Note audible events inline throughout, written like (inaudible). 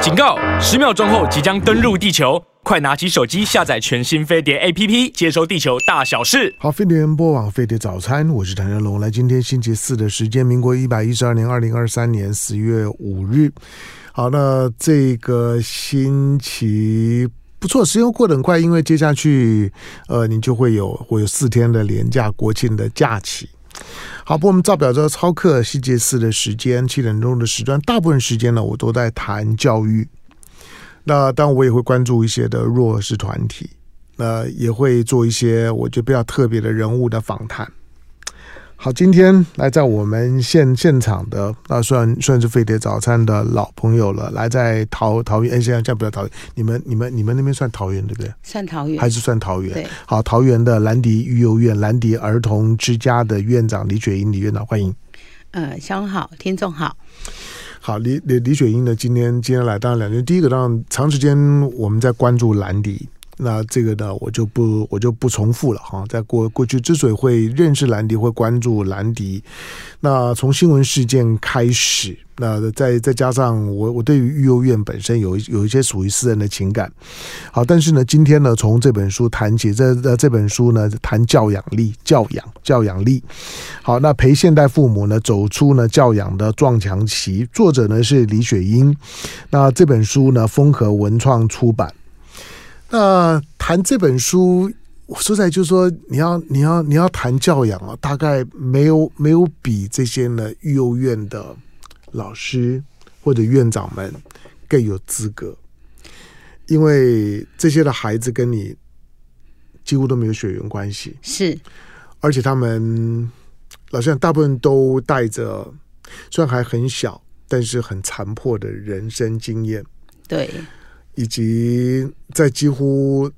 警告！十秒钟后即将登陆地球，快拿起手机下载全新飞碟 APP，接收地球大小事。好，飞碟联播网，飞碟早餐，我是谭振龙。来，今天星期四的时间，民国一百一十二年二零二三年十月五日。好，那这个星期不错，时间过得很快，因为接下去呃，你就会有会有四天的连假，国庆的假期。好，不过我们照表着操课，星期四的时间七点钟的时段，大部分时间呢，我都在谈教育。那当然，我也会关注一些的弱势团体，那也会做一些我觉得比较特别的人物的访谈。好，今天来在我们现现场的，那算算是飞碟早餐的老朋友了，来在桃桃园，哎，现在现在不叫桃园，你们你们你们那边算桃园对不对？算桃园还是算桃园对？好，桃园的兰迪育幼院、兰迪儿童之家的院长李雪英，李院长欢迎。呃，乡好，听众好，好，李李李雪英呢，今天今天来当然两件，第一个当然长时间我们在关注兰迪。那这个呢，我就不我就不重复了哈。在过过去之所以会认识兰迪，会关注兰迪，那从新闻事件开始，那再再加上我我对于育幼院本身有一有一些属于私人的情感，好，但是呢，今天呢，从这本书谈起，这呃这本书呢谈教养力、教养、教养力，好，那陪现代父母呢走出呢教养的撞墙期，作者呢是李雪英，那这本书呢风和文创出版。那谈这本书，我说实在就是说，你要你要你要谈教养啊，大概没有没有比这些呢育幼院的老师或者院长们更有资格，因为这些的孩子跟你几乎都没有血缘关系。是而且他们老实讲，大部分都带着虽然还很小，但是很残破的人生经验，对，以及在几乎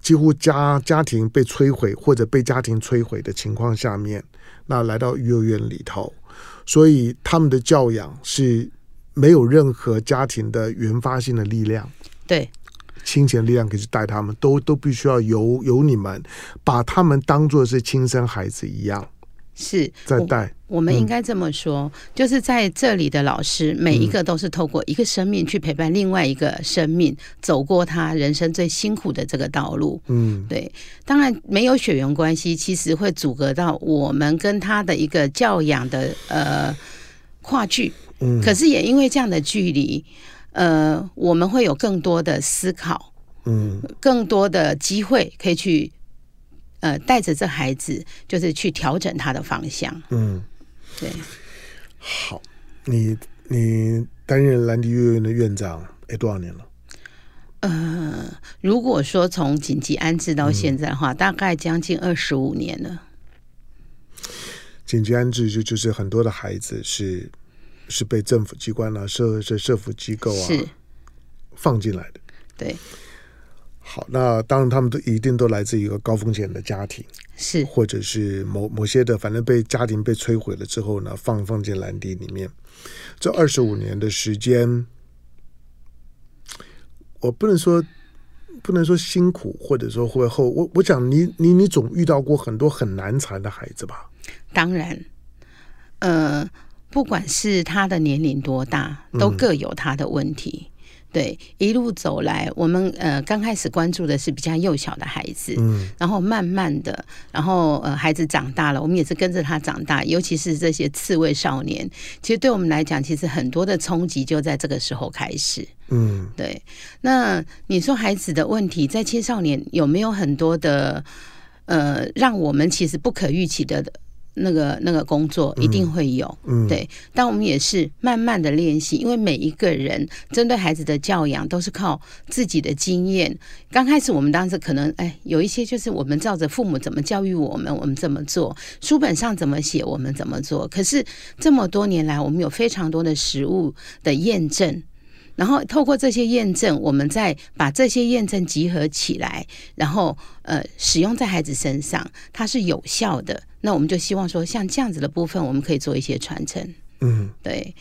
几乎家家庭被摧毁或者被家庭摧毁的情况下面，那来到幼儿园里头，所以他们的教养是没有任何家庭的原发性的力量。对，亲情力量可以去带他们，都都必须要由由你们把他们当做是亲生孩子一样是。在嗯我带。我们应该这么说，就是在这里的老师，每一个都是透过一个生命去陪伴另外一个生命，走过他人生最辛苦的这个道路。嗯对，当然没有血缘关系，其实会阻隔到我们跟他的一个教养的呃跨距。嗯，可是也因为这样的距离，呃，我们会有更多的思考，嗯更多的机会可以去呃带着这孩子，就是去调整他的方向。嗯，对，好，你你担任兰迪幼儿园的院长，哎，多少年了？呃，如果说从紧急安置到现在的话，大概将近二十五年了。紧急安置就就是很多的孩子是是被政府机关啊、社社社福机构啊是，放进来的。对，好，那当然他们都一定都来自一个高风险的家庭，是，或者是某某些的，反正被家庭被摧毁了之后呢，放放进兰迪里面。这二十五年的时间，我不能说不能说辛苦，或者说会后，我我想你你你总遇到过很多很难缠的孩子吧？当然，呃，不管是他的年龄多大，嗯都各有他的问题。对，一路走来，我们呃刚开始关注的是比较幼小的孩子，嗯然后慢慢的，然后呃，孩子长大了，我们也是跟着他长大，尤其是这些刺猬少年，其实对我们来讲，其实很多的冲击就在这个时候开始。嗯对，那你说孩子的问题，在青少年有没有很多的呃，让我们其实不可预期的那个那个工作，一定会有。嗯，对但我们也是慢慢的练习，因为每一个人针对孩子的教养都是靠自己的经验。刚开始我们当时可能，哎，有一些就是我们照着父母怎么教育我们，我们怎么做，书本上怎么写，我们怎么做。可是这么多年来，我们有非常多的实物的验证。然后透过这些验证，我们再把这些验证集合起来，然后呃使用在孩子身上，它是有效的。那我们就希望说，像这样子的部分，我们可以做一些传承。嗯，对，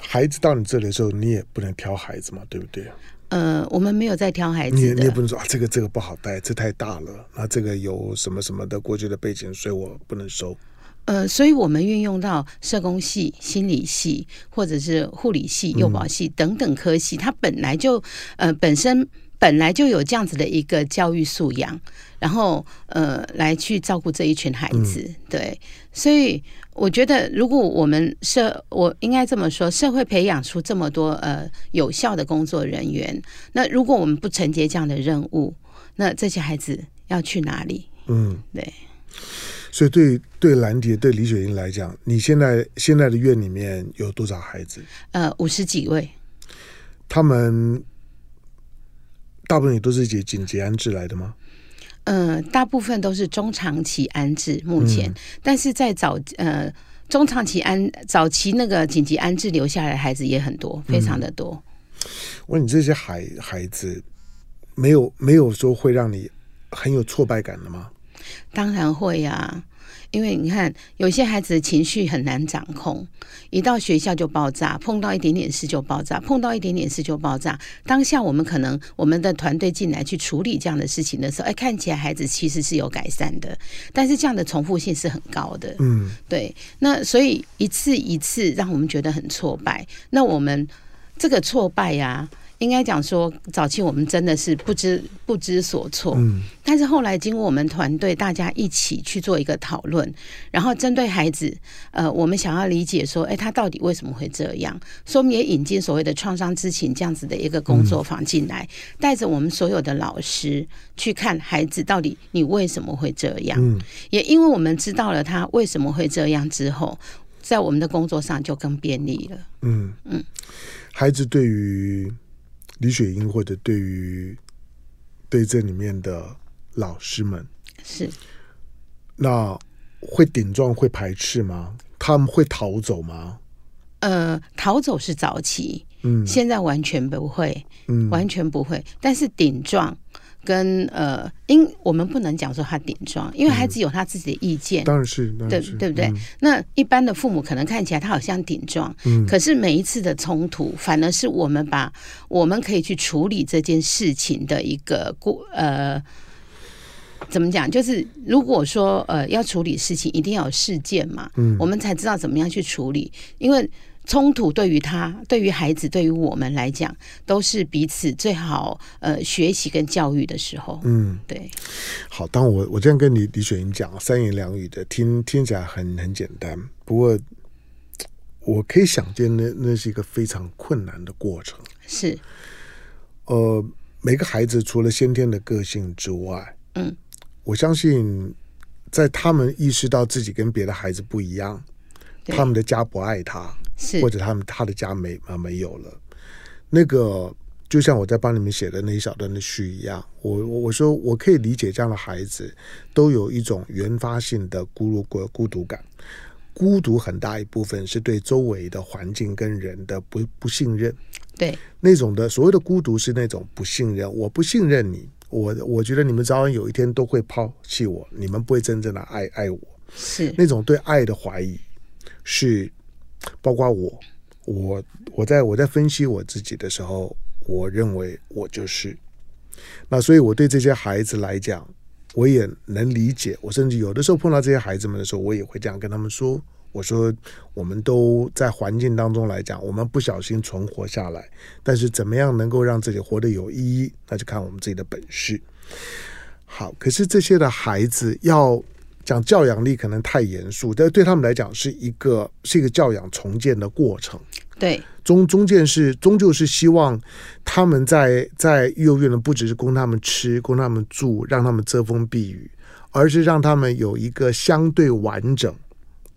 孩子到你这里的时候，你也不能挑孩子嘛，对不对？呃，我们没有在挑孩你也子你也不的，能说啊，这个这个啊不好带，这太大了，那这个有什么什么的国际的背景，所以我不能收。呃，所以我们运用到社工系、心理系，或者是护理系、嗯幼保系等等科系，它本来就呃本身本来就有这样子的一个教育素养，然后呃来去照顾这一群孩子，嗯对，所以我觉得如果我们社我应该这么说，社会培养出这么多呃有效的工作人员，那如果我们不承接这样的任务，那这些孩子要去哪里？嗯，对。所以对对兰迪对李雪英来讲，你现在现在的院里面有多少孩子？呃，五十几位，他们大部分也都是解紧急安置来的吗？呃，大部分都是中长期安置，目前，但是在早呃中长期安早期那个紧急安置留下来的孩子也很多，非常的多。我说你这些孩孩子没有没有说会让你很有挫败感的吗？当然会呀、因为你看有些孩子的情绪很难掌控，一到学校就爆炸，碰到一点点事就爆炸，碰到一点点事就爆炸。当下我们可能我们的团队进来去处理这样的事情的时候，哎，看起来孩子其实是有改善的，但是这样的重复性是很高的。嗯，对，那所以一次一次让我们觉得很挫败。那我们这个挫败呀、应该讲说早期我们真的是不知不知所措，嗯，但是后来经过我们团队大家一起去做一个讨论，然后针对孩子，呃，我们想要理解说，哎，他到底为什么会这样？所以我们也引进所谓的创伤知情这样子的一个工作坊进来，嗯带着我们所有的老师去看孩子到底你为什么会这样。嗯也因为我们知道了他为什么会这样之后，在我们的工作上就更便利了。嗯嗯，孩子对于李雪英或者对于对这里面的老师们，是，那会顶撞会排斥吗？他们会逃走吗？呃，逃走是早期，嗯现在完全不会，嗯完全不会。但是顶撞跟呃，因我们不能讲说他顶撞，嗯因为孩子有他自己的意见。当然是，当对然嗯是，对不对？那一般的父母可能看起来他好像顶撞，嗯可是每一次的冲突，反而是我们把我们可以去处理这件事情的一个过呃。怎么讲？就是如果说呃要处理事情，一定要有事件嘛，嗯我们才知道怎么样去处理。因为冲突对于他、对于孩子、对于我们来讲，都是彼此最好呃学习跟教育的时候。嗯，对，好，当我我这样跟李李雪英讲三言两语的，听听起来很很简单，不过我可以想见那，那是一个非常困难的过程。是呃，每个孩子除了先天的个性之外，嗯，我相信在他们意识到自己跟别的孩子不一样，对他们的家不爱他，是或者他们他的家没啊没有了，那个就像我在帮你们写的那一小段的序一样，我我我说我可以理解这样的孩子都有一种原发性的孤独孤孤独感，孤独很大一部分是对周围的环境跟人的不不信任，对那种的所谓的孤独是那种不信任，我不信任你，我我觉得你们早晚有一天都会抛弃我，你们不会真正的爱爱我，是那种对爱的怀疑，是包括我，我我在我在分析我自己的时候，我认为我就是。那所以我对这些孩子来讲，我也能理解。我甚至有的时候碰到这些孩子们的时候，我也会这样跟他们说：“我说，我们都在环境当中来讲，我们不小心存活下来，但是怎么样能够让自己活得有意义，那就看我们自己的本事。”好，可是这些的孩子要讲教养力可能太严肃，但对他们来讲是一个是一个教养重建的过程。对中中间是终究是希望他们在在幼儿园的不只是供他们吃、供他们住，让他们遮风避雨，而是让他们有一个相对完整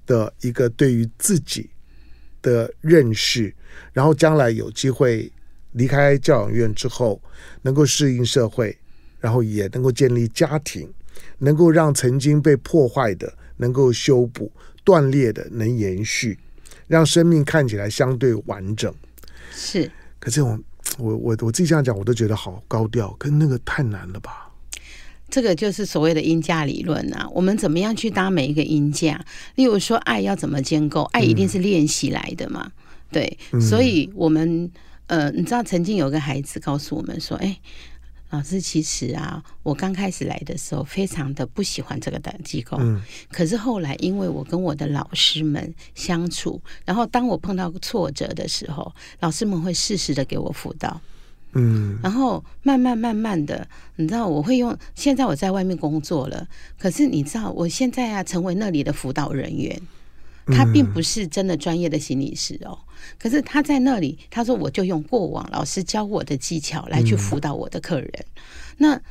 的一个对于自己的认识，然后将来有机会离开教养院之后，能够适应社会，然后也能够建立家庭，能够让曾经被破坏的能够修补，断裂的能延续，让生命看起来相对完整。是。可这种，我我我自己这样讲，我都觉得好高调，跟那个太难了吧？这个就是所谓的音价理论啊。我们怎么样去搭每一个音价？例如说，爱要怎么建构？爱一定是练习来的嘛。对，所以我们呃，你知道曾经有个孩子告诉我们说，哎。老师，其实啊，我刚开始来的时候非常的不喜欢这个的机构，嗯可是后来因为我跟我的老师们相处，然后当我碰到挫折的时候，老师们会适时的给我辅导，嗯然后慢慢慢慢的，你知道我会用。现在我在外面工作了，可是你知道我现在啊，成为那里的辅导人员，他并不是真的专业的心理师哦。可是他在那里，他说我就用过往老师教我的技巧来去辅导我的客人。那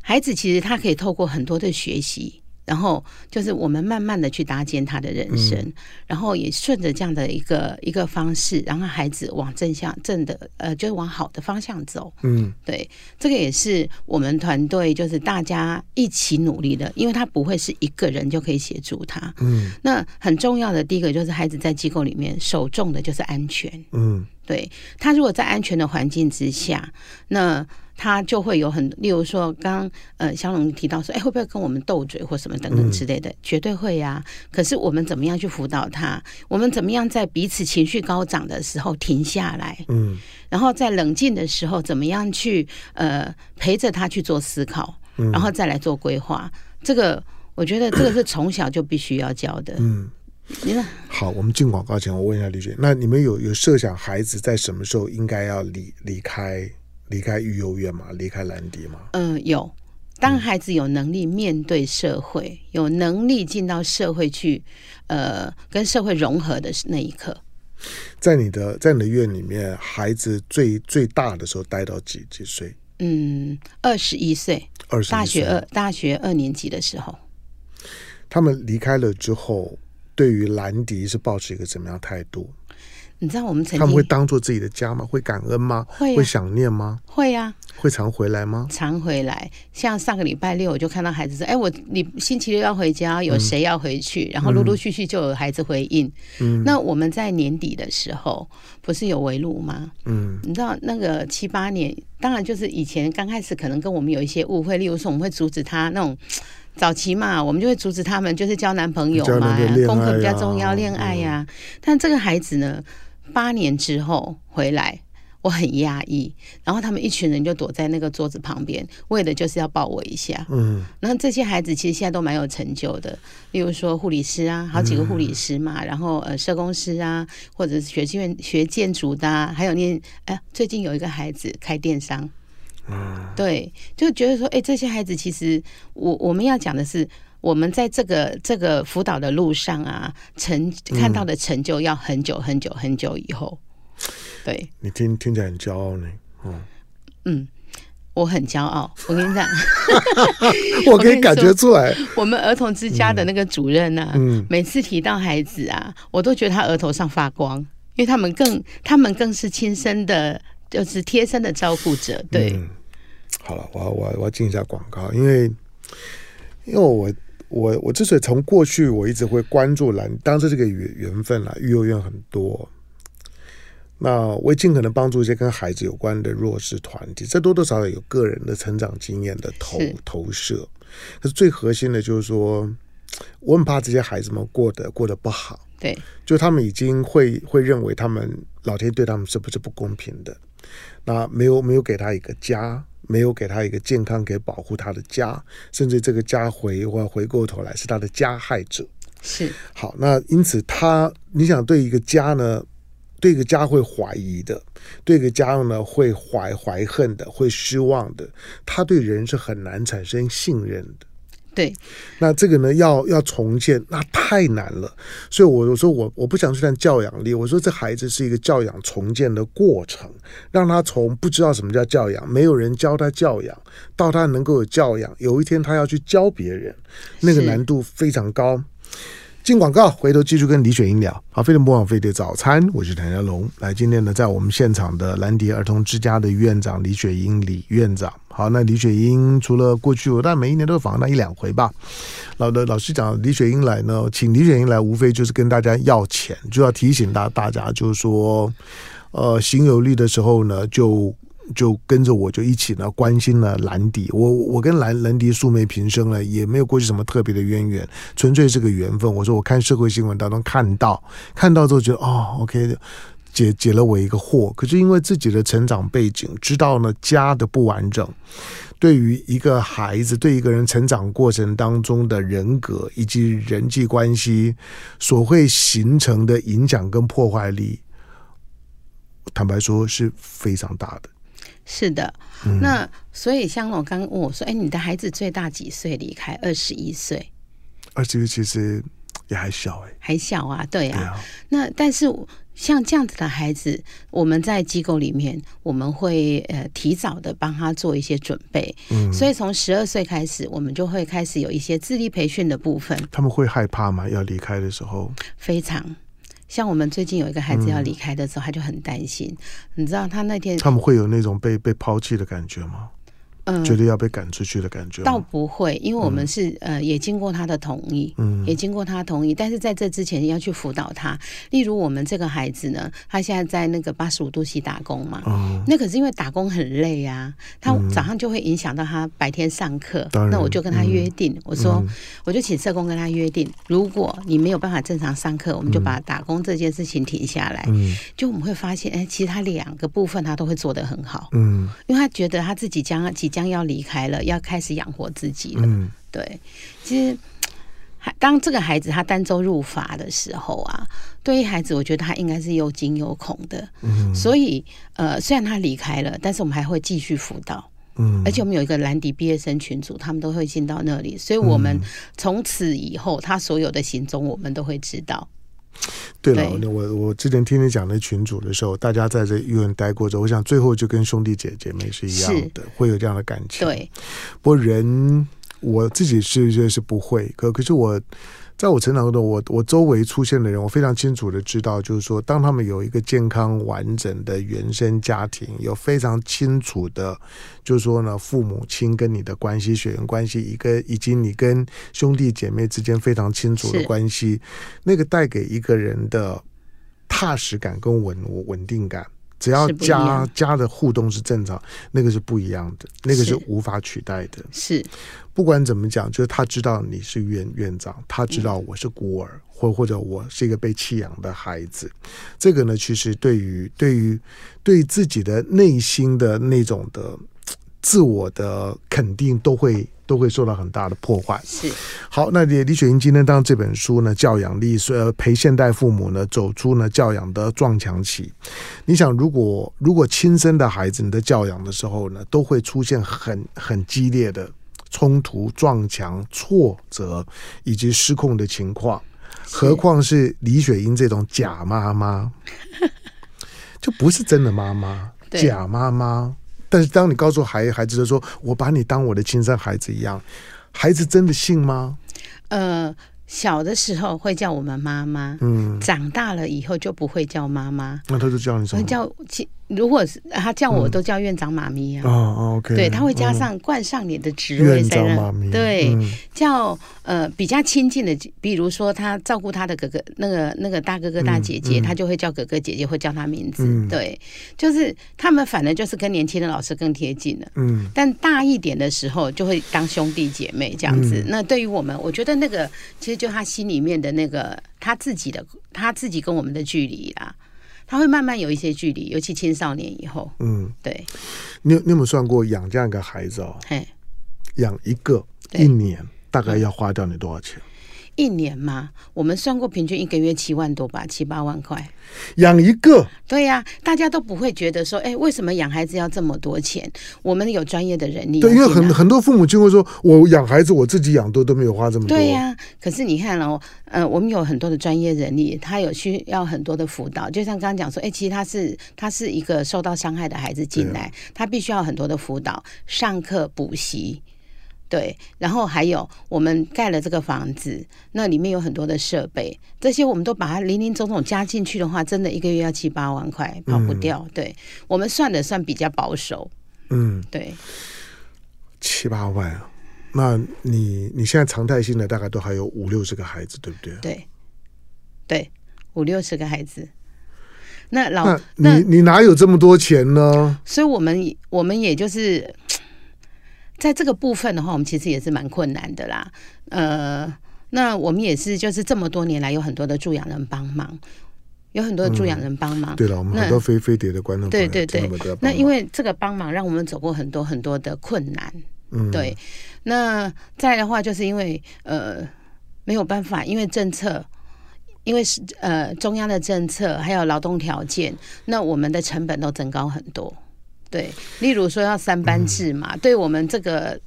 孩子其实他可以透过很多的学习。然后就是我们慢慢的去搭建他的人生，然后也顺着这样的一个一个方式，然后孩子往正向正的呃，就是往好的方向走。嗯对，这个也是我们团队就是大家一起努力的，因为他不会是一个人就可以协助他。嗯那很重要的第一个就是孩子在机构里面首重的就是安全，嗯对他如果在安全的环境之下，那他就会有很，例如说刚刚呃香龙提到说，哎会不会跟我们斗嘴或什么等等之类的，绝对会呀、可是我们怎么样去辅导他？我们怎么样在彼此情绪高涨的时候停下来？嗯然后在冷静的时候，怎么样去呃陪着他去做思考，嗯然后再来做规划。这个我觉得这个是从小就必须要教的。嗯。你看，好，我们进广告前，我问一下李雪，那你们有有设想孩子在什么时候应该要离离开离开育幼院吗？离开兰迪吗？嗯、有，当孩子有能力面对社嗯会，有能力进到社会去，呃，跟社会融合的那一刻，在你的在你的院里面，孩子最最大的时候待到几几岁？嗯，二十一岁，二十大学二大学二年级的时候，他们离开了之后，对于兰迪是抱持一个怎么样态度？你知道我们曾他们会经当做自己的家吗？会感恩吗？会啊会想念吗？会啊呀、会常回来吗？常回来，像上个礼拜六我就看到孩子说：“哎，我你星期六要回家，有谁要回去？”然后陆陆续续就有孩子回应。嗯那我们在年底的时候不是有围炉吗？嗯你知道那个七八年，当然就是以前刚开始可能跟我们有一些误会，例如说我们会阻止他那种。早期嘛，我们就会阻止他们，就是交男朋友交男嘛朋友，恋爱啊嗯功课比较重要，恋爱呀、但这个孩子呢，八年之后回来，我很压抑。然后他们一群人就躲在那个桌子旁边，为的就是要抱我一下。嗯然后这些孩子其实现在都蛮有成就的，例如说护理师啊，好几个护理师嘛，然后呃社工师啊，或者是学建学建筑的、啊，还有念哎、最近有一个孩子开电商，对，就觉得说哎、这些孩子其实我我们要讲的是。我们在这个这个辅导的路上啊，成看到的成就要很久很久很久以后，对，你听听起来很骄傲呢。嗯，嗯，我很骄傲。我跟你讲，我 (laughs) 我可跟以你感觉说出来。我们儿童之家的那个主任呢、啊嗯每次提到孩子啊，我都觉得他额头上发光，因为他们更他们更是亲身的，就是贴身的照顾者。对，嗯、好了，我要我要我要进一下广告，因为因为我我我之所以从过去我一直会关注兰，当这是个缘缘分啦，育幼院很多。那我也尽可能帮助一些跟孩子有关的弱势团体，这多多少少有个人的成长经验的投是投射。可是最核心的就是说，我很怕这些孩子们过得过得不好，对，就他们已经会会认为他们老天对他们是不是不公平的？那没有没有给他一个家，没有给他一个健康给保护他的家，甚至这个家回或回过头来是他的加害者。是好，那因此他，你想对一个家呢，对一个家会怀疑的，对一个家呢会怀怀恨的，会失望的，他对人是很难产生信任的。对，那这个呢，要要重建，那太难了。所以我，我说我我不想去谈教养力，我说这孩子是一个教养重建的过程，让他从不知道什么叫教养，没有人教他教养，到他能够有教养，有一天他要去教别人，那个是难度非常高。进广告，回头继续跟李雪英聊。好，非常不枉费的早餐，我是谭家龙。来，今天呢，在我们现场的兰迪儿童之家的院长李雪英李院长。好，那李雪英除了过去，我大概每一年都访问她一两回吧。老的老师讲李雪英来呢，请李雪英来，无非就是跟大家要钱，就要提醒大大家，就是说，呃，行有力的时候呢，就就跟着我就一起呢关心了兰迪。我我跟兰兰迪素昧平生了，也没有过去什么特别的渊源，纯粹是个缘分。我说我看社会新闻当中看到，看到之后觉得哦，OK。解解了我一个惑。可是因为自己的成长背景，知道呢家的不完整，对于一个孩子，对一个人成长过程当中的人格以及人际关系所会形成的影响跟破坏力，坦白说是非常大的。是的，嗯那所以像我刚刚问我说，哎，你的孩子最大几岁离开？二十一岁，二十一其实也还小哎、还小啊，对对啊。啊，那但是像这样子的孩子，我们在机构里面，我们会呃提早的帮他做一些准备，嗯，所以从十二岁开始，我们就会开始有一些智力培训的部分，他们会害怕吗？要离开的时候，非常。像我们最近有一个孩子要离开的时候，他就很担心。你知道他那天，嗯他们会有那种被被抛弃的感觉吗？嗯、觉得要被赶出去的感觉吗？倒不会，因为我们是、呃也经过他的同意，嗯也经过他同意，但是在这之前要去辅导他。例如我们这个孩子呢，他现在在那个八十五度西打工嘛，嗯，那可是因为打工很累啊，他早上就会影响到他白天上课。当然嗯那我就跟他约定，我说、我就请社工跟他约定，如果你没有办法正常上课，我们就把打工这件事情停下来。嗯就我们会发现，哎，其实他两个部分他都会做得很好，嗯因为他觉得他自己将即将要离开了，要开始养活自己了。嗯，对，其实。还当这个孩子他单周入法的时候啊，对于孩子，我觉得他应该是又惊又恐的。嗯所以，呃，虽然他离开了，但是我们还会继续辅导，嗯，而且我们有一个兰迪毕业生群组，他们都会进到那里，所以我们嗯从此以后，他所有的行踪我们都会知道。对了，对那我我之前听你讲那群主的时候，大家在这医院待过之后，我想最后就跟兄弟姐姐妹是一样的，会有这样的感情。，对，不过人我自己是就是不会，可可是我在我成长中，我我周围出现的人，我非常清楚的知道，就是说，当他们有一个健康完整的原生家庭，有非常清楚的，就是说呢，父母亲跟你的关系、血缘关系，一个以及你跟兄弟姐妹之间非常清楚的是关系，那个带给一个人的踏实感跟稳稳定感。只要是不一家样家的互动是正常，那个是不一样的，那个是是无法取代的。是不管怎么讲，就是他知道你是院院长，他知道我是孤儿，或或者我是一个被弃养的孩子。这个呢，其实对于对于对于自己的内心的那种的嘖自我的肯定，都会都会受到很大的破坏。是，好，那李李雪英今天当这本书呢，《教养力》是呃陪现代父母呢走出呢教养的撞墙期。你想，如果如果亲生的孩子你在教养的时候呢，都会出现很很激烈的冲突、撞墙、挫折以及失控的情况，是何况是李雪英这种假妈妈，就不是真的妈妈，对假妈妈。但是当你告诉孩孩子的说，我把你当我的亲生孩子一样，孩子真的信吗？呃，小的时候会叫我们妈妈，嗯，长大了以后就不会叫妈妈，那他就叫你什会么？叫其如果是他叫我都叫院长妈咪哦啊。哦，OK，对，他会加嗯上冠上你的职位院在长那妈，咪，对，嗯叫呃比较亲近的，比如说他照顾他的哥哥，那个那个大哥哥大姐嗯姐，嗯他就会叫哥哥姐姐，会叫他名字。嗯对，就是他们反正就是跟年轻的老师更贴近了。嗯但大一点的时候，就会当兄弟姐妹这样子。嗯那对于我们，我觉得那个其实就他心里面的那个他自己的他自己跟我们的距离啦，他会慢慢有一些距离，尤其青少年以后。嗯，对，你有你有没有算过养这样一个孩子哦？嘿，养一个对一年大概要花掉你多少钱？一年嘛，我们算过平均一个月七万多吧，七八万块。养一个，对呀、大家都不会觉得说，哎，为什么养孩子要这么多钱？我们有专业的人力要对，因进来，为很很多父母就会说，我养孩子我自己养都都没有花这么多。对呀、可是你看哦，呃，我们有很多的专业人力，他有需要很多的辅导。就像刚刚讲说，哎，其实他是他是一个受到伤害的孩子进来，他必须要很多的辅导、上课、补习。对，然后还有我们盖了这个房子，那里面有很多的设备，这些我们都把它零零总总加进去的话，真的一个月要七八万块，跑不掉。对我们算的算比较保守，嗯，对，七八万啊。那你你现在常态性的大概都还有五六十个孩子，对不对？对，对，五六十个孩子。那老那那你你哪有这么多钱呢？所以我们我们也就是在这个部分的话，我们其实也是蛮困难的啦。呃，那我们也是就是这么多年来有很多的助养人帮忙。有很多的助养人帮忙。嗯对了，我们很那多飞飞碟的观众朋友对对对听众朋友都在帮那忙因为这个帮忙，让我们走过很多很多的困难。嗯对，那再来的话，就是因为呃没有办法，因为政策，因为是呃中央的政策，还有劳动条件，那我们的成本都增高很多。对，例如说要三班制嗯嘛，对我们这个。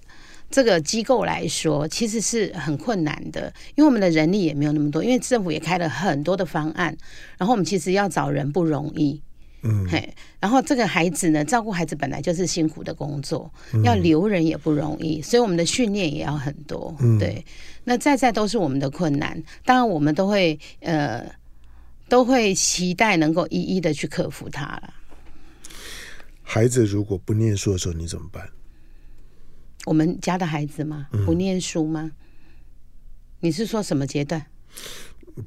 这个机构来说，其实是很困难的，因为我们的人力也没有那么多，因为政府也开了很多的方案，然后我们其实要找人不容易，嗯嘿，然后这个孩子呢，照顾孩子本来就是辛苦的工作，嗯要留人也不容易，所以我们的训练也要很多。嗯对，那在在都是我们的困难，当然我们都会呃都会期待能够一一的去克服它了。孩子如果不念书的时候，你怎么办？我们家的孩子吗？嗯不念书吗？你是说什么阶段？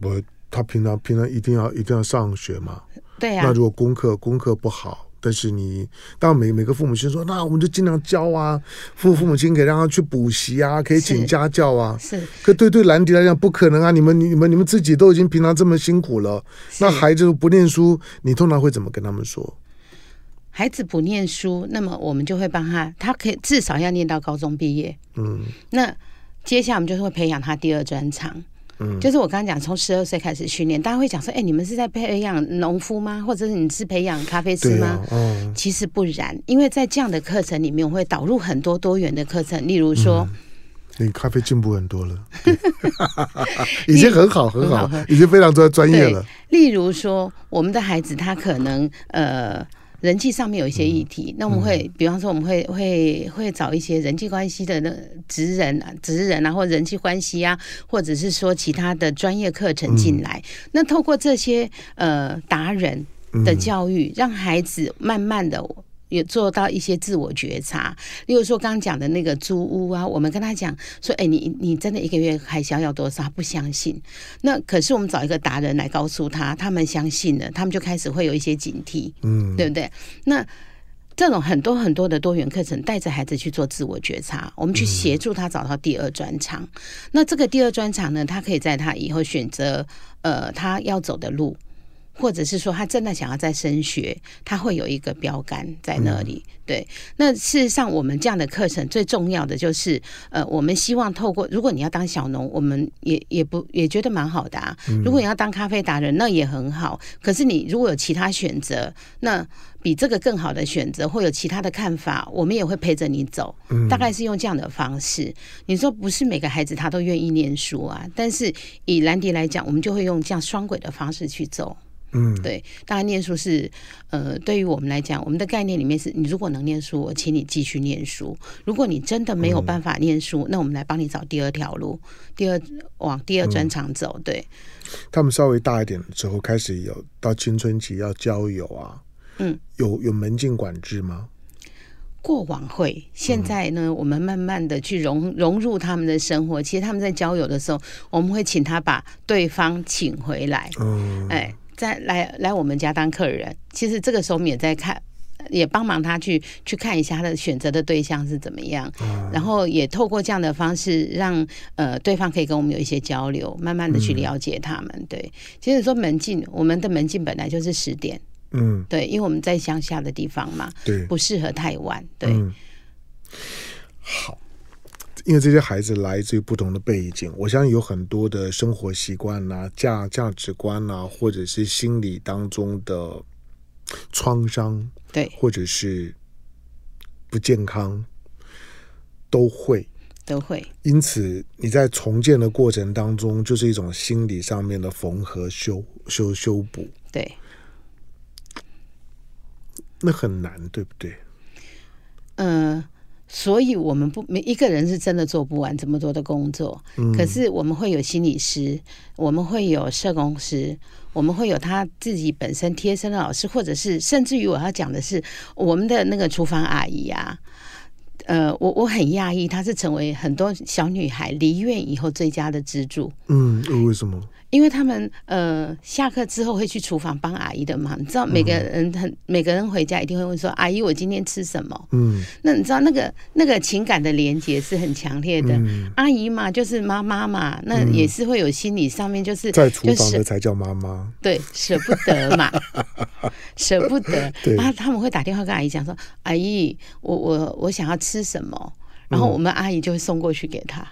我他平常平常一定要一定要上学嘛？对啊呀、那如果功课功课不好，但是你当然每每个父母亲说，那我们就尽量教啊，父父母亲可以让他去补习啊，可以请是家教啊。是可对对兰迪来讲不可能啊！你们你们你们自己都已经平常这么辛苦了，那孩子不念书，你通常会怎么跟他们说？孩子不念书，那么我们就会帮他，他可以至少要念到高中毕业。嗯那接下来我们就是会培养他第二专长。嗯就是我刚刚讲，从十二岁开始训练，大家会讲说，哎、你们是在培养农夫吗？或者是你是培养咖啡师对吗啊？，哦，其实不然，因为在这样的课程里面，我会导入很多多元的课程，例如说，嗯你咖啡进步很多 (laughs) 了，对已经很好很好很好喝，已经非常专专业了。例如说，我们的孩子他可能呃。人际上面有一些议嗯题，那我们会，比方说我们会会会找一些人际关系的那职人啊、职人啊，或人际关系啊，或者是说其他的专业课程进来。嗯那透过这些呃达人的教育，让孩子慢慢的也做到一些自我觉察。例如说刚刚讲的那个租屋啊，我们跟他讲说，哎，你你真的一个月开销要多少？他不相信。那可是我们找一个达人来告诉他，他们相信了，他们就开始会有一些警惕，嗯，对不对？那这种很多很多的多元课程，带着孩子去做自我觉察，我们去协助他找到第二专长。那这个第二专长呢，他可以在他以后选择呃他要走的路，或者是说他真的想要再升学，他会有一个标杆在那里。对，那事实上我们这样的课程最重要的就是，呃，我们希望透过如果你要当小农，我们也也不也觉得蛮好的啊。如果你要当咖啡达人，那也很好。可是你如果有其他选择，那比这个更好的选择，或有其他的看法，我们也会陪着你走。大概是用这样的方式。你说不是每个孩子他都愿意念书啊，但是以兰迪来讲，我们就会用这样双轨的方式去走。嗯，对，当然念书是，呃，对于我们来讲，我们的概念里面是你如果能念书，我请你继续念书；如果你真的没有办法念书，那我们来帮你找第二条路，第二往第二专长走。对，他们稍微大一点之后，开始有到青春期要交友啊，嗯，有有门禁管制吗？过往会，嗯现在呢，我们慢慢的去融融入他们的生活。其实他们在交友的时候，我们会请他把对方请回来，嗯，哎，再来来我们家当客人。其实这个时候我们也在看，也帮忙他去去看一下他的选择的对象是怎么样，嗯然后也透过这样的方式让呃对方可以跟我们有一些交流，慢慢的嗯去了解他们。对，其实说门禁，我们的门禁本来就是十点，嗯，对，因为我们在乡下的地方嘛，对，不适合太晚。对，嗯，好，因为这些孩子来自于不同的背景，我相信有很多的生活习惯呐、价价值观呐、或者是心理当中的创伤，对，或者是不健康，都会。都会。因此，你在重建的过程当中，就是一种心理上面的缝合、修修修补，对，那很难，对不对？嗯，所以我们不每一个人是真的做不完这么多的工作，可是我们会有心理师，我们会有社工师，我们会有他自己本身贴身的老师，或者是甚至于我要讲的是我们的那个厨房阿姨啊。呃，我我很讶异，她是成为很多小女孩离院以后最佳的支柱，嗯，为什么？因为他们呃下课之后会去厨房帮阿姨的忙。你知道每个人很、每个人回家一定会问说：“阿姨，我今天吃什么嗯？”那你知道那个那个情感的连接是很强烈的。嗯，阿姨嘛，就是妈妈嘛，那也是会有心理上面就是嗯在厨房就的是才叫妈妈。对舍不 (laughs) 得嘛，舍不得。对然后他们会打电话跟阿姨讲说：“阿姨，我我我想要吃什么？”然后我们阿姨就会送过去给他。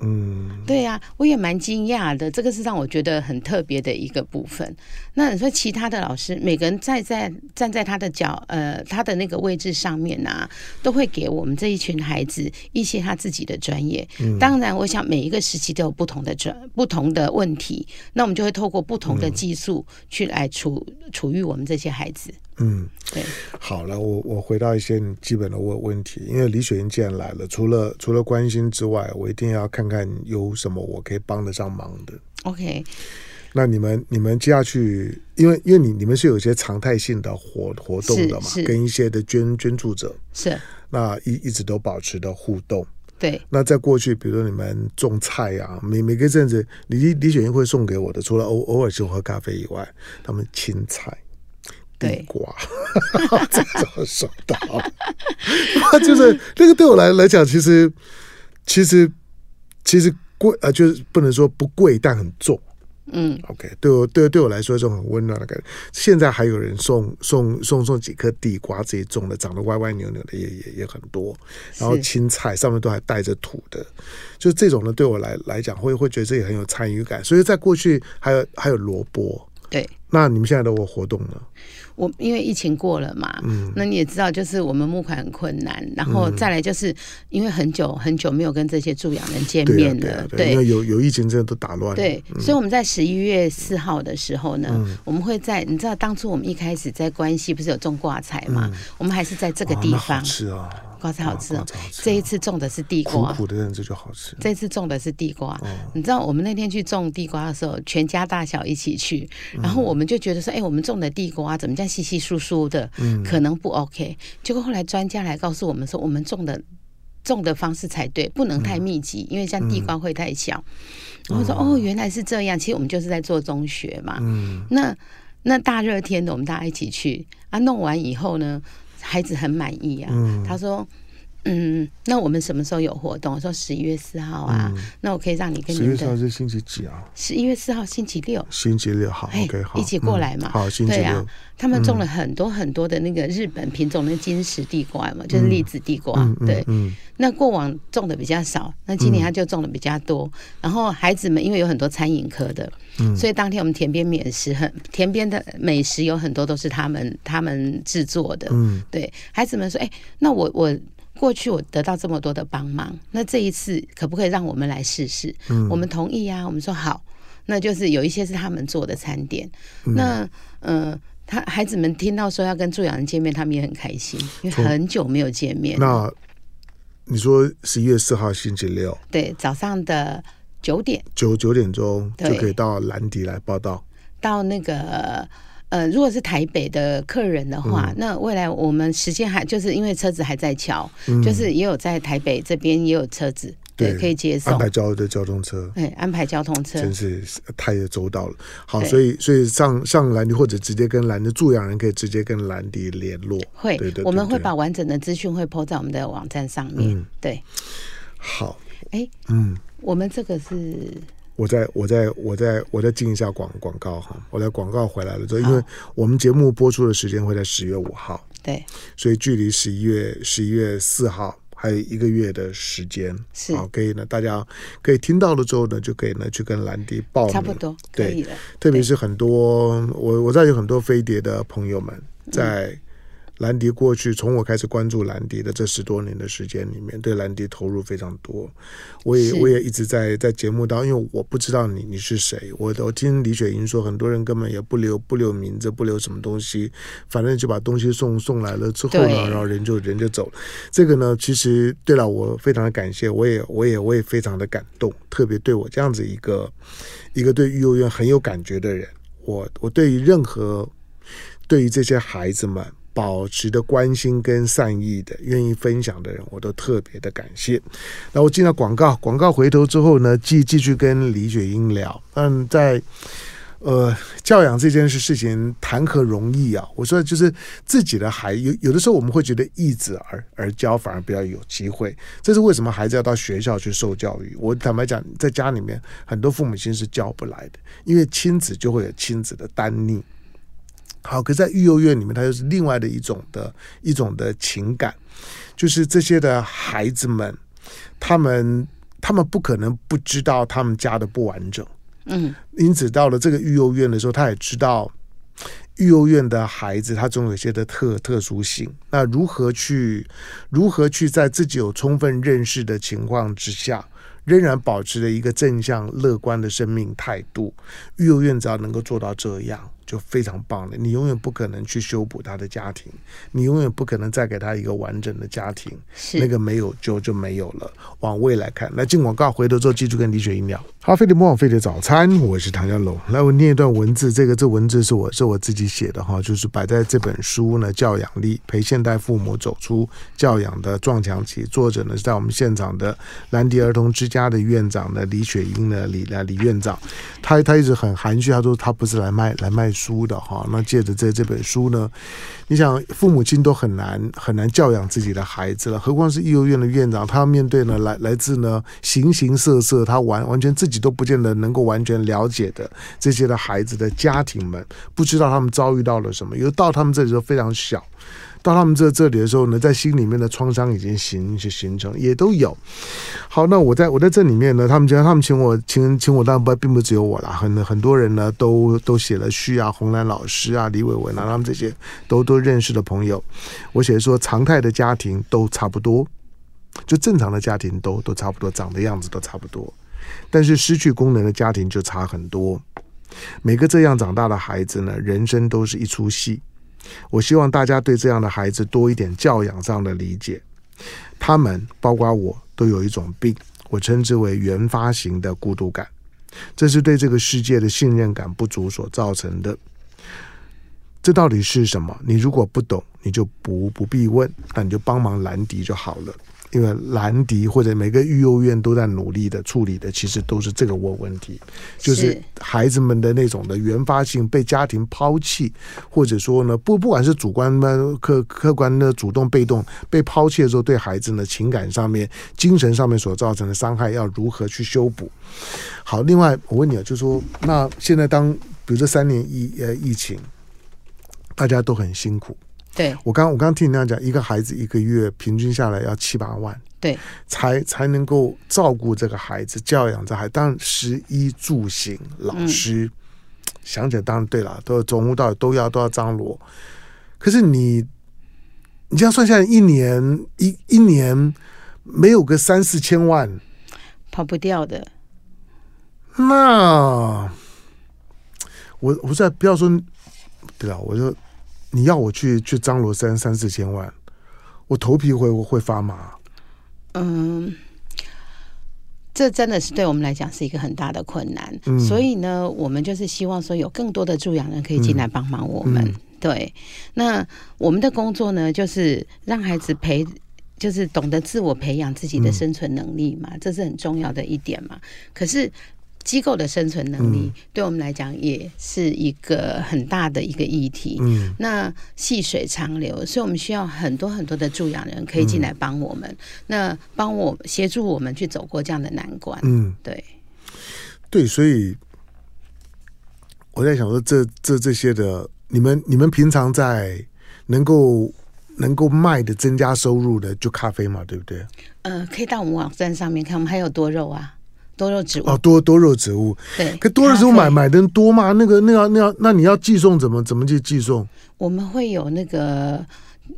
嗯，对呀、我也蛮惊讶的，这个是让我觉得很特别的一个部分。那你说其他的老师，每个人站在站在他的脚呃他的那个位置上面啊，都会给我们这一群孩子一些他自己的专业。当然，我想每一个时期都有不同的专不同的问题，那我们就会透过不同的技术去来处处遇我们这些孩子。嗯，对，好了，我我回到一些基本的问问题，因为李雪英既然来了，除了除了关心之外，我一定要看看有什么我可以帮得上忙的。 OK，那你们你们接下去，因为因为你你们是有一些常态性的活活动的嘛是是，跟一些的捐捐助者，是那一一直都保持的互动。对，那在过去，比如说你们种菜啊，每每个阵子，李李雪英会送给我的，除了偶偶尔请我喝咖啡以外，他们青菜、地对瓜，这种收到，那 (laughs) 就是那个对我来来讲，其实其实其实贵啊、呃就是不能说不贵，但很重。嗯， OK，对我对对我来说，这种很温暖的感觉。现在还有人送送送送几颗地瓜，自己种的，长得歪歪扭扭的也也也很多。然后是青菜上面都还带着土的，就这种呢，对我来来讲会会觉得自己很有参与感。所以在过去还有还有萝卜，对。那你们现在的我活动呢？我因为疫情过了嘛，嗯那你也知道，就是我们募款很困难，然后再来就是因为很久很久没有跟这些助养人见对啊面对了啊，对啊，因对为嗯有有疫情真的都打乱了。对所以我们在十一月四号的时候呢，嗯我们会在你知道当初我们一开始在关西不是有种挂菜嘛，我们还是在这嗯个哇地那方好吃啊，挂菜好吃哇哦挂菜好，吃这一啊次种的是地苦瓜。苦的哦日子就好吃。这次种的是地瓜，你知道我们那天去种地瓜的时候，全家大小一起去，嗯然后我们就觉得说，哎、我们种的地瓜怎么这样稀稀疏疏的，嗯可能不 OK。结果后来专家来告诉我们说，我们种的种的方式才对，不能太密集，嗯因为这样地瓜会太小。然后说，哦，原来是这样，其实我们就是在做中学嘛。嗯那那大热天的，我们大家一起去啊，弄完以后呢，孩子很满意啊，他说。嗯，那我们什么时候有活动？我说十一月四号啊，那我可以让你跟嗯十你月们三号的是星期几啊？十一月四号星期六，星期六好哎，OK，好，一起过来嘛嗯好，星期对六啊，他们种了嗯很多很多的那个日本品种的金石地瓜嘛，就是栗子地瓜，嗯嗯对。嗯，那过往种的比较少，那今年他就种的比较多。然后孩子们因为有很多餐饮科的，嗯所以当天我们田边美食很田边的美食有很多都是他们他们制作的。嗯对孩子们说，哎、那我我。过去我得到这么多的帮忙，那这一次可不可以让我们来试试？嗯我们同意啊，我们说好，那就是有一些是他们做的餐点。嗯那呃，他孩子们听到说要跟助养人见面，他们也很开心，因为从很久没有见面。那你说十一月四号星期六对，早上的九点九九点钟就对可以到兰迪来报道。到那个。呃，如果是台北的客人的嗯话，那未来我们时间还就是因为车子还在瞧，嗯就是也有在台北这边也有车子，对，可以接安送，排交的交通车，对，安排交通车真，是太周到了。好，对所以所以上上兰迪或者直接跟兰迪助养人可以直接跟兰迪联络。会，对对对我们会对把完整的资讯会 po 在我们的网站上面。嗯对，好，哎，嗯，我们这个是我再我再我再我再进一下广广告哈，我来广告回来了之后，因为我们节目播出的时间会在十月五号，对，所以距离十一月十一月四号还有一个月的时间，是好，可以呢，大家可以听到了之后呢，就可以呢去跟兰迪报名，差不多可对以了。特别是很多我我知道有很多飞碟的朋友们在兰迪过去，从我开始关注兰迪的这十多年的时间里面，对兰迪投入非常多。我也是我也一直在在节目当中，因为我不知道你你是谁，我我听李雪莹说，很多人根本也不留不留名字，不留什么东西，反正就把东西送送来了之后对呢，然后人就人就走了。这个呢，其实对了，我非常的感谢，我也我也我也非常的感动，特别对我这样子一个一个对育幼院很有感觉的人，我我对于任何对于这些孩子们，保持的关心跟善意的、愿意分享的人，我都特别的感谢。那我进了广告，广告回头之后呢，继继续跟李雪英聊。嗯，在呃教养这件事事情谈何容易啊！我说就是自己的孩有有的时候我们会觉得易子而而教反而比较有机会，这是为什么孩子要到学校去受教育？我坦白讲，在家里面很多父母亲是教不来的，因为亲子就会有亲子的单逆。好，可是在育幼院里面，它又是另外的一种的一种的情感，就是这些的孩子们，他们他们不可能不知道他们家的不完整，嗯，因此到了这个育幼院的时候，他也知道育幼院的孩子他总有一些的特特殊性，那如何去如何去在自己有充分认识的情况之下。仍然保持着一个正向乐观的生命态度，育幼院只要能够做到这样，就非常棒了。你永远不可能去修补他的家庭，你永远不可能再给他一个完整的家庭，是那个没有就就没有了。往未来看，那进广告回头之后，继续跟李雪英聊。好，飞碟模仿飞碟早餐，我是唐家龙。来，我念一段文字，这个这文字是我是我自己写的哈，就是摆在这本书呢《教养力》，陪现代父母走出教养的撞墙期。作者呢是在我们现场的兰迪儿童之家的院长呢李雪英呢李呢李院长，他他一直很含蓄，他说他不是来卖来卖书的哈。那借着这这本书呢，你想，父母亲都很难很难教养自己的孩子了，何况是幼儿园的院长，他要面对呢来来自呢形形色色，他完完全自己都不见得能够完全了解的这些的孩子的家庭们，不知道他们遭遇到了什么，因为到他们这里都非常小。到他们这这里的时候呢，在心里面的创伤已经形就形成，也都有。好，那我在我在这里面呢，他们觉得他们请我请请我，当然不并不只有我啦，很很多人呢都都写了序啊，红兰老师啊，李伟文啊，他们这些都都认识的朋友，我写说常态的家庭都差不多，就正常的家庭都都差不多，长的样子都差不多，但是失去功能的家庭就差很多。每个这样长大的孩子呢，人生都是一出戏。我希望大家对这样的孩子多一点教养上的理解。他们，包括我，都有一种病，我称之为原发型的孤独感，这是对这个世界的信任感不足所造成的。这到底是什么？你如果不懂，你就不不必问，那你就帮忙兰迪就好了。因为兰迪或者每个育幼院都在努力的处理的，其实都是这个问问题，就是是孩子们的那种的原发性被家庭抛弃，或者说呢，不不管是主观呢、客客观的主动、被动被抛弃的时候，对孩子呢情感上面、精神上面所造成的伤害，要如何去修补？好，另外我问你啊，就说那现在当比如这三年疫呃疫情，大家都很辛苦。对我刚我刚听你那样讲，一个孩子一个月平均下来要七八万，对，才才能够照顾这个孩子、教养这孩子。当然，食衣住行，老师、想起来当然对了，都从无到有都要都要张罗。可是你，你这样算下来，一年一一年没有个三四千万，跑不掉的，那我我在不要说，对啊了，我就你要我去去张罗三三四千万，我头皮会会发麻。嗯。这真的是对我们来讲是一个很大的困难，嗯所以呢，我们就是希望说有更多的助养人可以进来帮忙我们。嗯对，那我们的工作呢，就是让孩子培，就是懂得自我培养自己的生存能力嘛，嗯这是很重要的一点嘛。可是机构的生存能嗯力，对我们来讲也是一个很大的一个议题。嗯那细水长流，所以我们需要很多很多的助养人可以进来帮我嗯们，那帮我协助我们去走过这样的难关。嗯，对，对，所以我在想说这，这这些的，你们你们平常在能够能够卖的增加收入的，就咖啡嘛，对不对？呃，可以到我们网站上面看，我们还有多肉啊，多肉植物，哦，多多肉植物，对，可多肉植物买咖啡，买的人多嘛？那个那个那要那你要寄送怎么怎么去寄送？我们会有那个。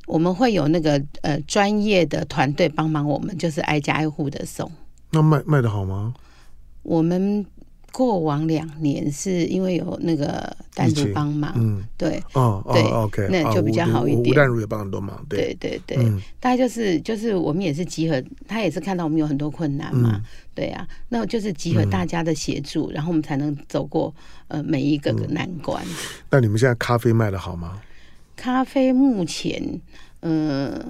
我们会有那个呃专业的团队帮忙我们，就是挨家挨户的送。那卖卖的好吗？我们过往两年是因为有那个单疫独情帮忙，嗯。对哦哦对，OK，那啊就比较吴好一吴吴点淡如也帮很多忙，对对对对，嗯大概就是就是我们也是集合，他也是看到我们有很多困难嘛，嗯对啊，那就是集合大家的协助，然后我们才能走过呃每一个个难关。嗯那你们现在咖啡卖的好吗？咖啡目前，呃，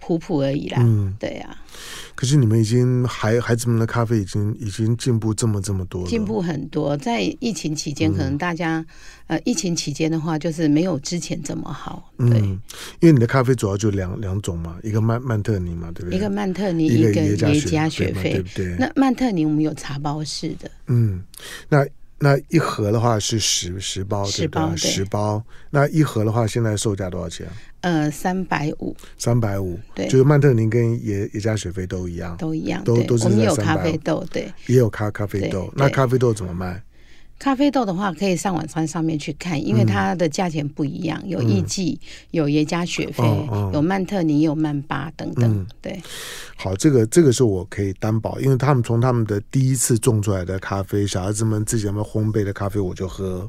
普普而已啦。嗯，对啊呀、可是你们已经孩孩子们的咖啡已经已经进步这么这么多了，嗯进步很多。在疫情期间，可能大家、呃，疫情期间的话，就是没有之前这么好。对，嗯，因为你的咖啡主要就两两种嘛，一个曼曼特尼嘛，对不对？一个曼特尼，一一个个耶加加雪嘛对菲。不对？那曼特尼我们有茶包式的，嗯，那那一盒的话是十十包，对十不对包对十包，那一盒的话现在售价多少钱？呃，三百五三百五，对就是曼特宁跟野野加雪菲都一样，都一样。都对都，是我们在有350咖啡豆，对。也有咖咖啡对豆对。那咖啡豆怎么卖？咖啡豆的话，可以上网站上面去看，因为嗯它的价钱不一样，有艺妓，有耶加雪菲，哦哦有曼特尼，有曼巴等等。嗯对，好，这个这个是我可以担保，因为他们从他们的第一次种出来的咖啡，小孩子们自己有没有烘焙的咖啡，我就喝。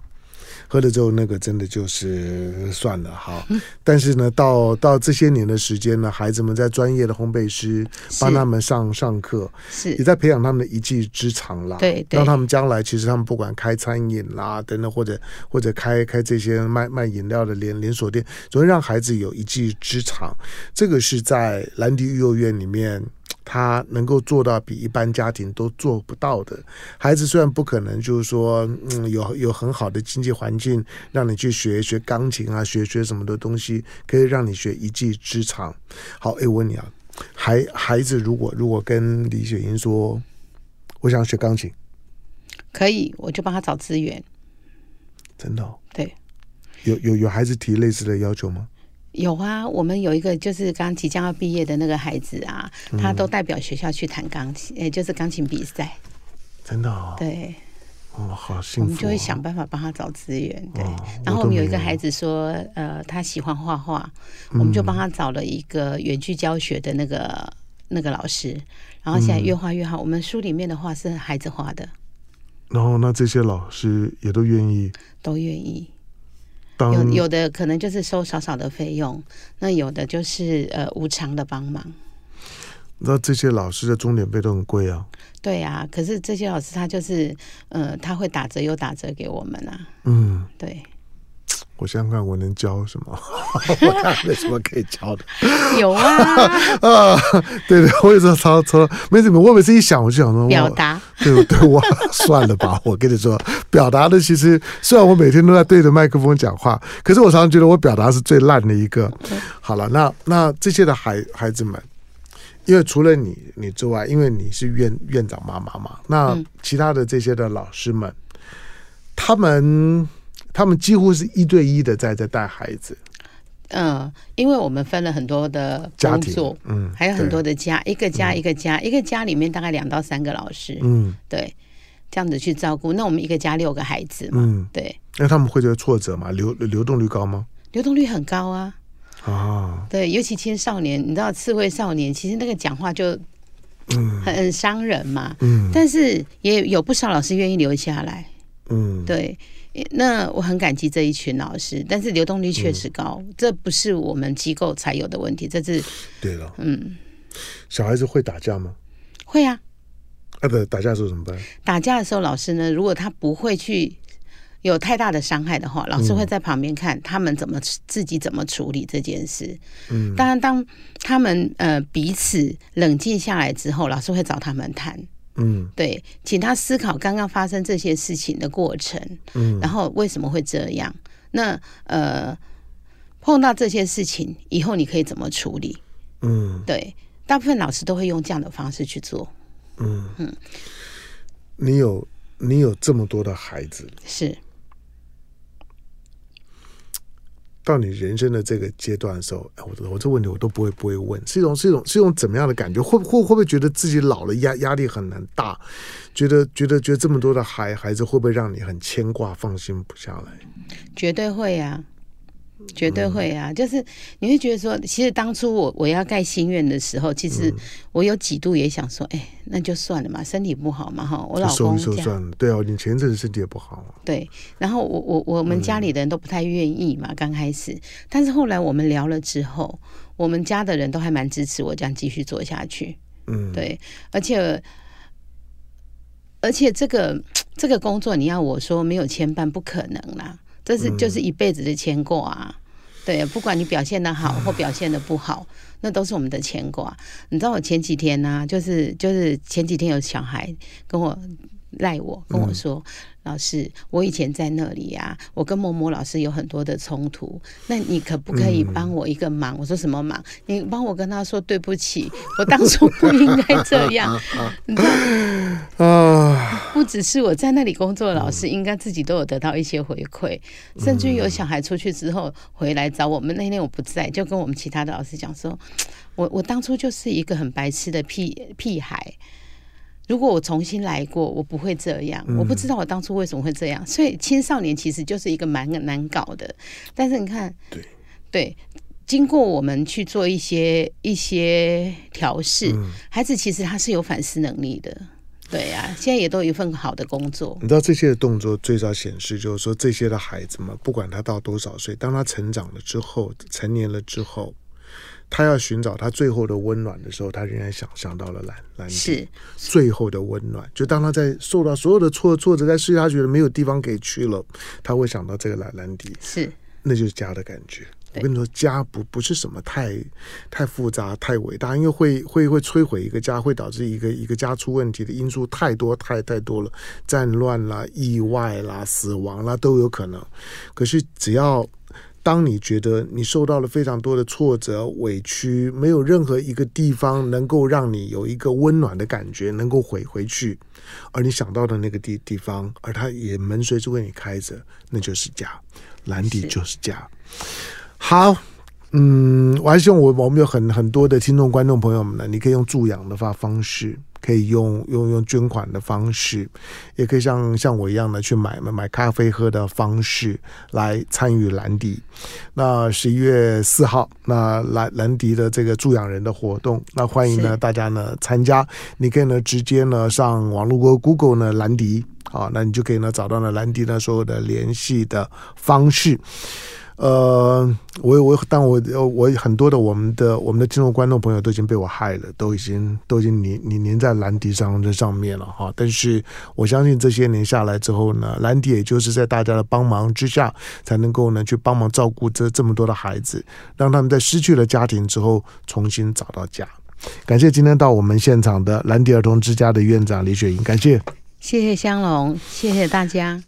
喝了之后，那个真的就是算了好。 (laughs) 但是呢，到到这些年的时间呢，孩子们在专业的烘焙师是帮他们上上课，也是在培养他们的一技之长啦。对对让他们将来其实他们不管开餐饮啦等等，或者或者开开这些卖卖饮料的连连锁店，总是让孩子有一技之长。这个是在兰迪幼儿园里面。他能够做到比一般家庭都做不到的。孩子虽然不可能就是说，嗯，有有很好的经济环境让你去学学钢琴啊，学学什么的东西，可以让你学一技之长。好，哎，我问你啊，孩孩子如果如果跟李雪英说，我想学钢琴，可以，我就帮他找资源。真的、哦、对，有有有孩子提类似的要求吗？有啊，我们有一个就是刚即将要毕业的那个孩子啊，他嗯都代表学校去弹钢琴，呃，就是钢琴比赛。真的、哦，对，哦，好幸我福、哦。们就会想办法帮他找资源。对，哦然我后都我们没有一个有嗯孩子说，呃，他喜欢画画，我们就帮他找了一个远距教学的那个那个老师，然后现嗯在越画越好。我们书里面的画是孩子画的，然后那这些老师也都愿意都愿意。当有有的可能就是收少少的费用，那有的就是呃无偿的帮忙。那这些老师的钟点费都很贵啊。对啊，可是这些老师他就是，呃，他会打折又打折给我们啊。嗯，对，我想想看，我能教什 (laughs) 么？我看没什么可以教的。有 (laughs) 啊，啊，对对，我有时候超超没怎么，我每次一想，我就想说我表达对对，我算了吧。我跟你说，表达的其实虽然我每天都在对着麦克风讲话，可是我常常觉得我表达是最烂的一嗯个。好了，那那这些的孩孩子们，因为除了你你之外，因为你是院院长妈妈嘛，那嗯其他的这些的老师们，他们他们几乎是一对一的在在带孩子，嗯，因为我们分了很多的家工庭作，嗯，还有很对多的家，一个家一个家，一个家里面大概两到三个老师，嗯对，这样子去照顾。那我们一个家六个孩子嘛，嗯，对，那他们会觉得挫折嘛？流流动率高吗？流动率很高啊。啊，对，尤其青少年，你知道刺猬少年，其实那个讲话就嗯很很伤人嘛。嗯但是也有不少老师愿意留下来，嗯，对，那我很感激这一群老师，但是流动率确实高，这不是我们机构才有的问题，这是对了，嗯，小孩子会打架吗？会啊。啊，不，打架的时候怎么办？打架的时候，老师呢，如果他不会去有太大的伤害的话，老师会在旁边看他们怎么自己怎么处理这件事。嗯，当然，当他们呃彼此冷静下来之后，老师会找他们谈。嗯对，请他思考刚刚发生这些事情的过程，嗯然后为什么会这样？那呃，碰到这些事情以后，你可以怎么处理？嗯对，大部分老师都会用这样的方式去做，嗯嗯，你有你有这么多的孩子，是到你人生的这个阶段的时候，哎，我我这问题我都不会不会问，是一种是一种是一种怎么样的感觉？会会会不会觉得自己老了压压力很难大？觉得觉得觉得这么多的孩孩子会不会让你很牵挂，放心不下来？绝对会啊。绝对会嗯啊！就是你会觉得说，其实当初我我要盖心愿的时候，其实嗯我有几度也想说，哎、那就算了嘛，身体不好嘛，哈，我老收公一收这样算了，对啊，你前一阵子身体也不好啊，对，然后我我我们家里的人都不太愿意嘛，刚开始，但是后来我们聊了之后，我们家的人都还蛮支持我这样继续做下去，嗯，对，而且而且这个这个工作，你要我说没有牵绊，不可能啦。这是就是一辈子的牵挂啊。对，不管你表现的好或表现的不好，那都是我们的牵挂。你知道我前几天呢、就是就是前几天有小孩跟我赖我，跟我说，老师，我以前在那里啊，我跟某某老师有很多的冲突，那你可不可以帮我一个忙？我说什么忙？你帮我跟他说对不起，我当初不应该这样。你知道，啊，不只是我在那里工作的老师，应该自己都有得到一些回馈，甚至于有小孩出去之后回来找我们，那天我不在，就跟我们其他的老师讲说，我我当初就是一个很白痴的屁屁孩。如果我重新来过，我不会这样。我不知道我当初为什么会这样，所以青少年其实就是一个蛮难搞的。但是你看，对对，经过我们去做一些一些调试，孩子其实他是有反思能力的。对呀、现在也都有一份好的工作。你知道这些的动作最早显示，就是说这些的孩子们，不管他到多少岁，当他成长了之后，成年了之后，他要寻找他最后的温暖的时候，他仍然想想到了蓝蓝地是最后的温暖。就当他在受到所有的挫挫折，在世界他觉得没有地方可以去了，他会想到这个蓝蓝地。是，那就是家的感觉。我对跟你说，家不不是什么太太复杂、太伟大，因为会会会摧毁一个家，会导致一个一个家出问题的因素太多太太多了，战乱啦、意外啦、死亡啦都有可能。可是只要当你觉得你受到了非常多的挫折、委屈，没有任何一个地方能够让你有一个温暖的感觉，能够回回去，而你想到的那个地地方，而它也门随时为你开着，那就是家。蓝底是就是家。好，嗯，我还希望我我们有很很多的听众观众朋友们呢，你可以用助养的方方式。可以用用用捐款的方式，也可以像像我一样的去买买咖啡喝的方式来参与蓝迪。那十一月四号，那蓝蓝迪的这个助养人的活动，那欢迎呢是大家呢参加。你可以呢直接呢上网络 Go- Google 呢蓝迪，啊，那你就可以呢找到呢蓝迪呢所有的联系的方式。呃，我我但我我很多的我们的我们的听众观众朋友都已经被我害了，都已经都已经粘粘粘在兰迪上这上面了哈。但是我相信这些年下来之后呢，兰迪也就是在大家的帮忙之下，才能够呢去帮忙照顾这这么多的孩子，让他们在失去了家庭之后重新找到家。感谢今天到我们现场的兰迪儿童之家的院长李雪莹，感谢。谢谢香龙，谢谢大家。